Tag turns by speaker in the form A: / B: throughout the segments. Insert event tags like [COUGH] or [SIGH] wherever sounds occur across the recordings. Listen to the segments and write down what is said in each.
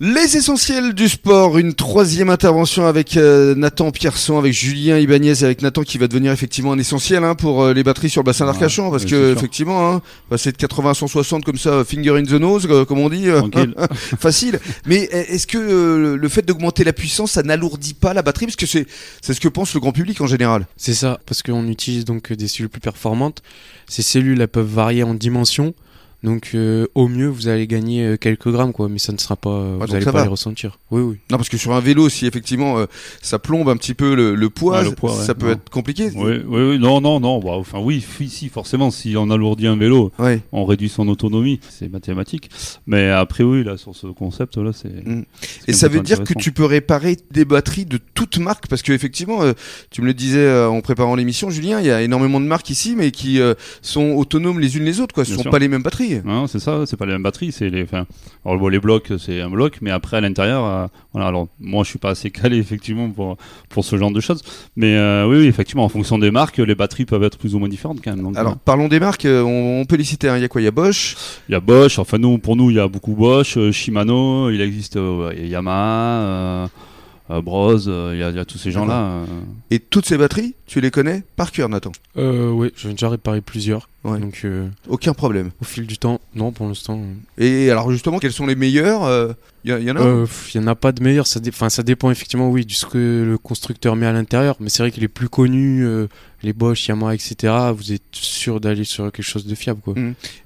A: Les essentiels du sport, une troisième intervention avec euh, Nathan Pierson, avec Julien Ibanez et avec Nathan qui va devenir effectivement un essentiel hein, pour euh, les batteries sur le bassin d'Arcachon parce
B: ouais,
A: que
B: c'est sûr.
A: effectivement hein, passer de 80 à 160 comme ça, finger in the nose euh, comme on dit, euh,
B: Tranquille.
A: [LAUGHS] facile. Mais euh, est-ce que euh, le fait d'augmenter la puissance, ça n'alourdit pas la batterie parce que c'est c'est ce que pense le grand public en général.
C: C'est ça, parce qu'on utilise donc euh, des cellules plus performantes. Ces cellules, elles peuvent varier en dimension. Donc euh, au mieux, vous allez gagner euh, quelques grammes, quoi, mais ça ne sera pas. euh,
A: donc
C: vous allez
A: ça
C: pas
A: va.
C: les ressentir. Oui, oui.
A: Non parce que sur un vélo, si effectivement euh, ça plombe un petit peu le, le poids,
B: Ouais, le poids, ouais.
A: ça peut
B: Non.
A: être compliqué.
B: Oui, oui, oui, non, non, non. bah, enfin, oui, fi- si, forcément, si on alourdit un vélo,
A: Ouais.
B: on réduit son autonomie, c'est mathématique. Mais après, oui, là, sur ce concept-là, c'est.
A: Mm.
B: c'est
A: Et ça veut
B: complètement
A: dire que tu peux réparer des batteries de toutes marques parce que effectivement, euh, tu me le disais euh, en préparant l'émission, Julien, il y a énormément de marques ici, mais qui euh, sont autonomes les unes les autres, quoi. Ce
B: Bien
A: sont
B: sûr.
A: pas les mêmes batteries.
B: Non, Hein, c'est ça, c'est pas les mêmes batteries, c'est les, enfin, alors, bon, les blocs, c'est un bloc, mais après à l'intérieur, euh, voilà, alors moi je suis pas assez [LAUGHS] calé effectivement pour, pour ce genre de choses, mais euh, oui, oui, effectivement, en fonction des marques, les batteries peuvent être plus ou moins différentes quand même. Donc,
A: Alors
B: euh,
A: parlons des marques, euh, on, on peut les citer. hein. Il y a quoi Il y a Bosch,
B: il y a Bosch, enfin nous, pour nous, il y a beaucoup Bosch, euh, Shimano, il existe euh, ouais, Yamaha, euh, euh, Bros, euh, il y, a- il y a tous ces gens-là. euh.
A: et toutes ces batteries, tu les connais par cœur, Nathan.
C: Euh, oui, j'en ai déjà réparé plusieurs.
A: Ouais.
C: Donc euh,
A: Aucun problème.
C: au fil du temps, non, pour l'instant. euh,
A: Et alors justement, quels sont les meilleurs Euh, Il y a- il y, en a. un
C: Euh, pff, Il n'y en a pas de meilleur. Ça, dé- enfin, ça dépend effectivement, oui, de ce que le constructeur met à l'intérieur. Mais c'est vrai que les plus connus, euh, les Bosch, Yamaha, etc., vous êtes sûr d'aller sur quelque chose de fiable. Quoi.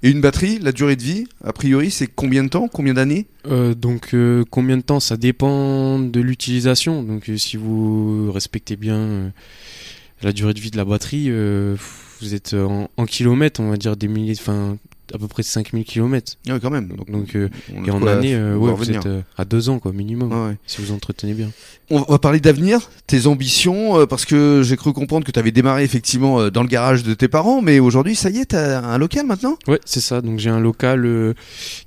A: Et une batterie, la durée de vie, a priori, c'est combien de temps, combien d'années
C: Euh, donc, euh, combien de temps Ça dépend de l'utilisation. Donc, euh, si vous respectez bien euh, la durée de vie de la batterie, euh, pff, vous êtes en, en kilomètres, on va dire des milliers, enfin, à peu près 5000 kilomètres.
A: Ouais, quand même.
C: Donc, donc, euh,
A: on a
C: et en
A: quoi
C: année, euh, ouais,
A: voir
C: vous
A: venir. Ah.
C: êtes euh, à deux ans, quoi, minimum,
A: Ouais, ouais.
C: si vous entretenez bien.
A: On va parler d'avenir, tes ambitions, euh, parce que j'ai cru comprendre que tu avais démarré effectivement euh, dans le garage de tes parents, mais aujourd'hui, ça y est, t'as un local maintenant
C: Ouais, c'est ça. Donc j'ai un local euh,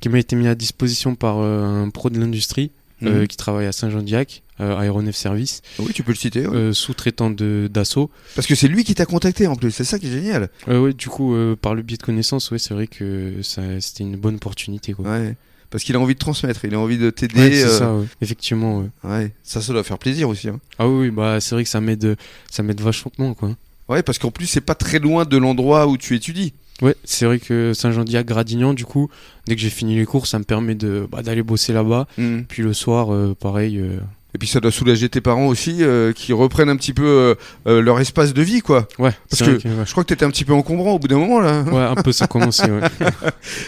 C: qui m'a été mis à disposition par euh, un pro de l'industrie euh,
A: Mmh.
C: qui travaille à Saint-Jean-Diac, euh, Aéronef Service,
A: Ah Oui, tu peux le citer. ouais.
C: euh, sous-traitant de d'assaut.
A: Parce que c'est lui qui t'a contacté en plus, c'est ça qui est génial.
C: Euh, ouais, du coup, euh, par le biais de connaissances, ouais, c'est vrai que ça- c'était une bonne opportunité. Quoi.
A: Ouais. Parce qu'il a envie de transmettre, il a envie de t'aider.
C: Ouais, c'est
A: euh,
C: ça, ouais. effectivement. ouais.
A: ouais. ça, ça doit faire plaisir aussi. hein.
C: Ah oui, oui, bah c'est vrai que ça m'aide, euh, ça m'aide vachement, quoi.
A: Ouais, parce qu'en plus, c'est pas très loin de l'endroit où tu étudies.
C: Ouais, c'est vrai que Saint-Jean-Diac, Gradignan, du coup, dès que j'ai fini les cours, ça me permet de bah, d'aller bosser là-bas.
A: Mm.
C: Puis le soir, euh, pareil. euh,
A: Et puis, ça doit soulager tes parents aussi, euh, qui reprennent un petit peu euh, euh, leur espace de vie, quoi.
C: Ouais,
A: Parce
C: c'est vrai
A: que-
C: ouais.
A: Je crois que t'étais un petit peu encombrant au bout d'un moment, là.
C: Ouais, un peu ça commençait. Ouais,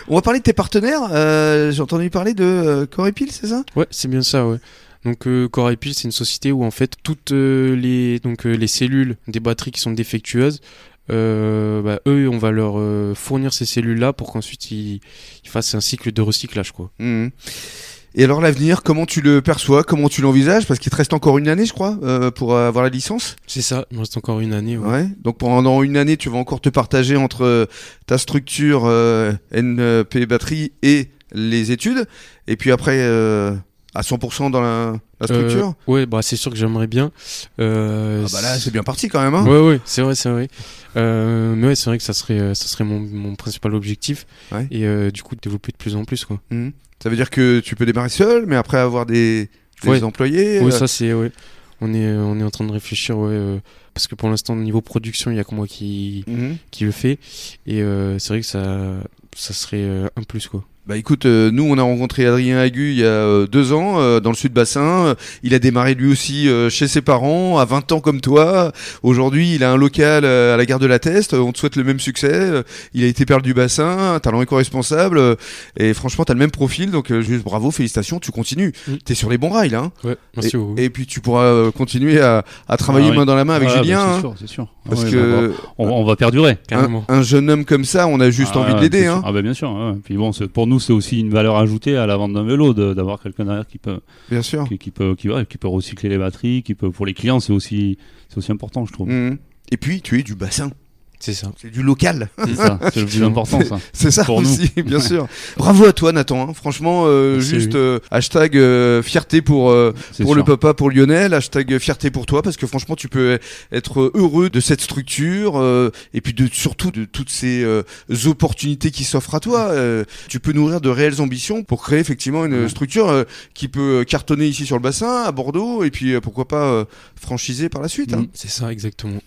A: On va parler de tes partenaires. euh, j'ai entendu parler de euh, Corépil, c'est ça
C: ouais c'est bien ça. Ouais. Donc euh, Corapil, c'est une société où en fait toutes euh, les donc euh, les cellules des batteries qui sont défectueuses, euh, bah, eux, on va leur euh, fournir ces cellules là pour qu'ensuite ils, ils fassent un cycle de recyclage quoi.
A: Mhm. Et alors l'avenir, comment tu le perçois, comment tu l'envisages Parce qu'il te reste encore une année, je crois, euh, pour euh, avoir la licence.
C: C'est ça. Il me reste encore une année. Ouais.
A: Ouais. Donc pendant une année, tu vas encore te partager entre euh, ta structure euh, NP batterie et les études. Et puis après, euh, à 100% dans la, la structure.
C: Euh, ouais, bah c'est sûr que j'aimerais bien. Euh,
A: Ah bah là, c'est bien parti quand même. Hein
C: Ouais, ouais, c'est vrai, c'est vrai. Euh, mais ouais, c'est vrai que ça serait, euh, ça serait mon, mon principal objectif.
A: Ouais.
C: Et euh, du coup, développer de plus en plus, quoi.
A: Mhm. Ça veut dire que tu peux démarrer seul, mais après avoir des, des
C: Ouais.
A: employés.
C: Oui,
A: euh,
C: ça c'est ouais. On est euh, on est en train de réfléchir ouais euh, parce que pour l'instant au niveau production, il y a que moi qui
A: mhm.
C: qui le fait et euh, c'est vrai que ça ça serait euh, un plus quoi.
A: Bah écoute, euh, nous on a rencontré Adrien Agu il y a euh, deux ans euh, dans le sud bassin. Euh, Il a démarré lui aussi euh, chez ses parents à 20 ans comme toi. Aujourd'hui il a un local euh, à la gare de la Teste. Euh, On te souhaite le même succès. Euh, Il a été perle du bassin, un talent éco-responsable euh, et franchement t'as le même profil. Donc euh, juste bravo, félicitations, tu continues.
C: Oui.
A: T'es sur les bons rails hein.
C: Ouais,
A: Et,
C: merci beaucoup.
A: et puis tu pourras euh, continuer à, à travailler
B: Ah oui.
A: main dans la main avec
B: Ouais, bah,
A: Julien.
B: c'est
A: hein,
B: sûr, c'est sûr. Ah
A: parce
B: ouais, bah, bah,
A: que
B: on, on va perdurer.
A: un,
C: carrément.
A: un jeune homme comme ça, on a juste
B: Ah,
A: envie de
B: ouais,
A: l'aider.
B: c'est
A: Hein.
B: sûr. Ah bah bien sûr. ouais. Puis bon, c'est- pour nous, c'est aussi une valeur ajoutée à la vente d'un vélo de- d'avoir quelqu'un derrière qui peut
A: Bien sûr.
B: qui, qui peut qui, ouais, qui peut recycler les batteries qui peut pour les clients c'est aussi c'est aussi important je trouve
A: Mhm. Et puis Mmh. tu es du bassin.
C: C'est ça.
A: C'est du local.
B: C'est ça, c'est le plus important ça.
A: [LAUGHS] C'est ça
B: Pour nous.
A: aussi, [LAUGHS] bien sûr. Bravo à toi, Nathan. hein. Franchement, euh,
C: Merci,
A: juste
C: oui.
A: euh, hashtag euh, fierté pour, euh,
B: C'est
A: pour le
B: sûr.
A: papa, pour Lionel, hashtag euh, fierté pour toi, parce que franchement, tu peux être heureux de cette structure euh, et puis de, surtout de toutes ces euh, opportunités qui s'offrent à toi. Euh, tu peux nourrir de réelles ambitions pour créer effectivement une
B: Ouais.
A: structure euh, qui peut cartonner ici sur le bassin, à Bordeaux, et puis euh, pourquoi pas euh, franchiser par la suite. hein.
B: Mm.
C: C'est ça, exactement.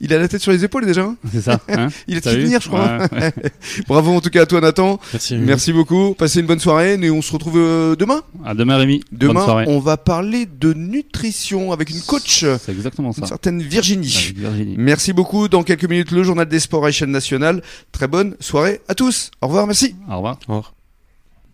A: Il a la tête sur les épaules déjà. hein.
B: C'est ça.
A: [LAUGHS]
B: Hein
A: Il est
B: T'as vu
A: venir, je crois. hein.
B: Ouais, ouais.
A: Bravo en tout cas à toi, Nathan.
B: Mhm.
C: Merci. Rémi.
A: Merci beaucoup. Passez une bonne soirée et on se retrouve euh, demain.
B: À demain, Rémi. Bonne
A: Demain,
B: soirée.
A: on va parler de nutrition avec une coach, une
B: C'est exactement ça. Ah
A: certaine Virginie.
B: Avec Virginie.
A: Merci beaucoup. Dans quelques minutes, le journal des sports à chaîne nationale. Très bonne soirée à tous. Au revoir. Merci.
B: Au revoir.
C: Au revoir.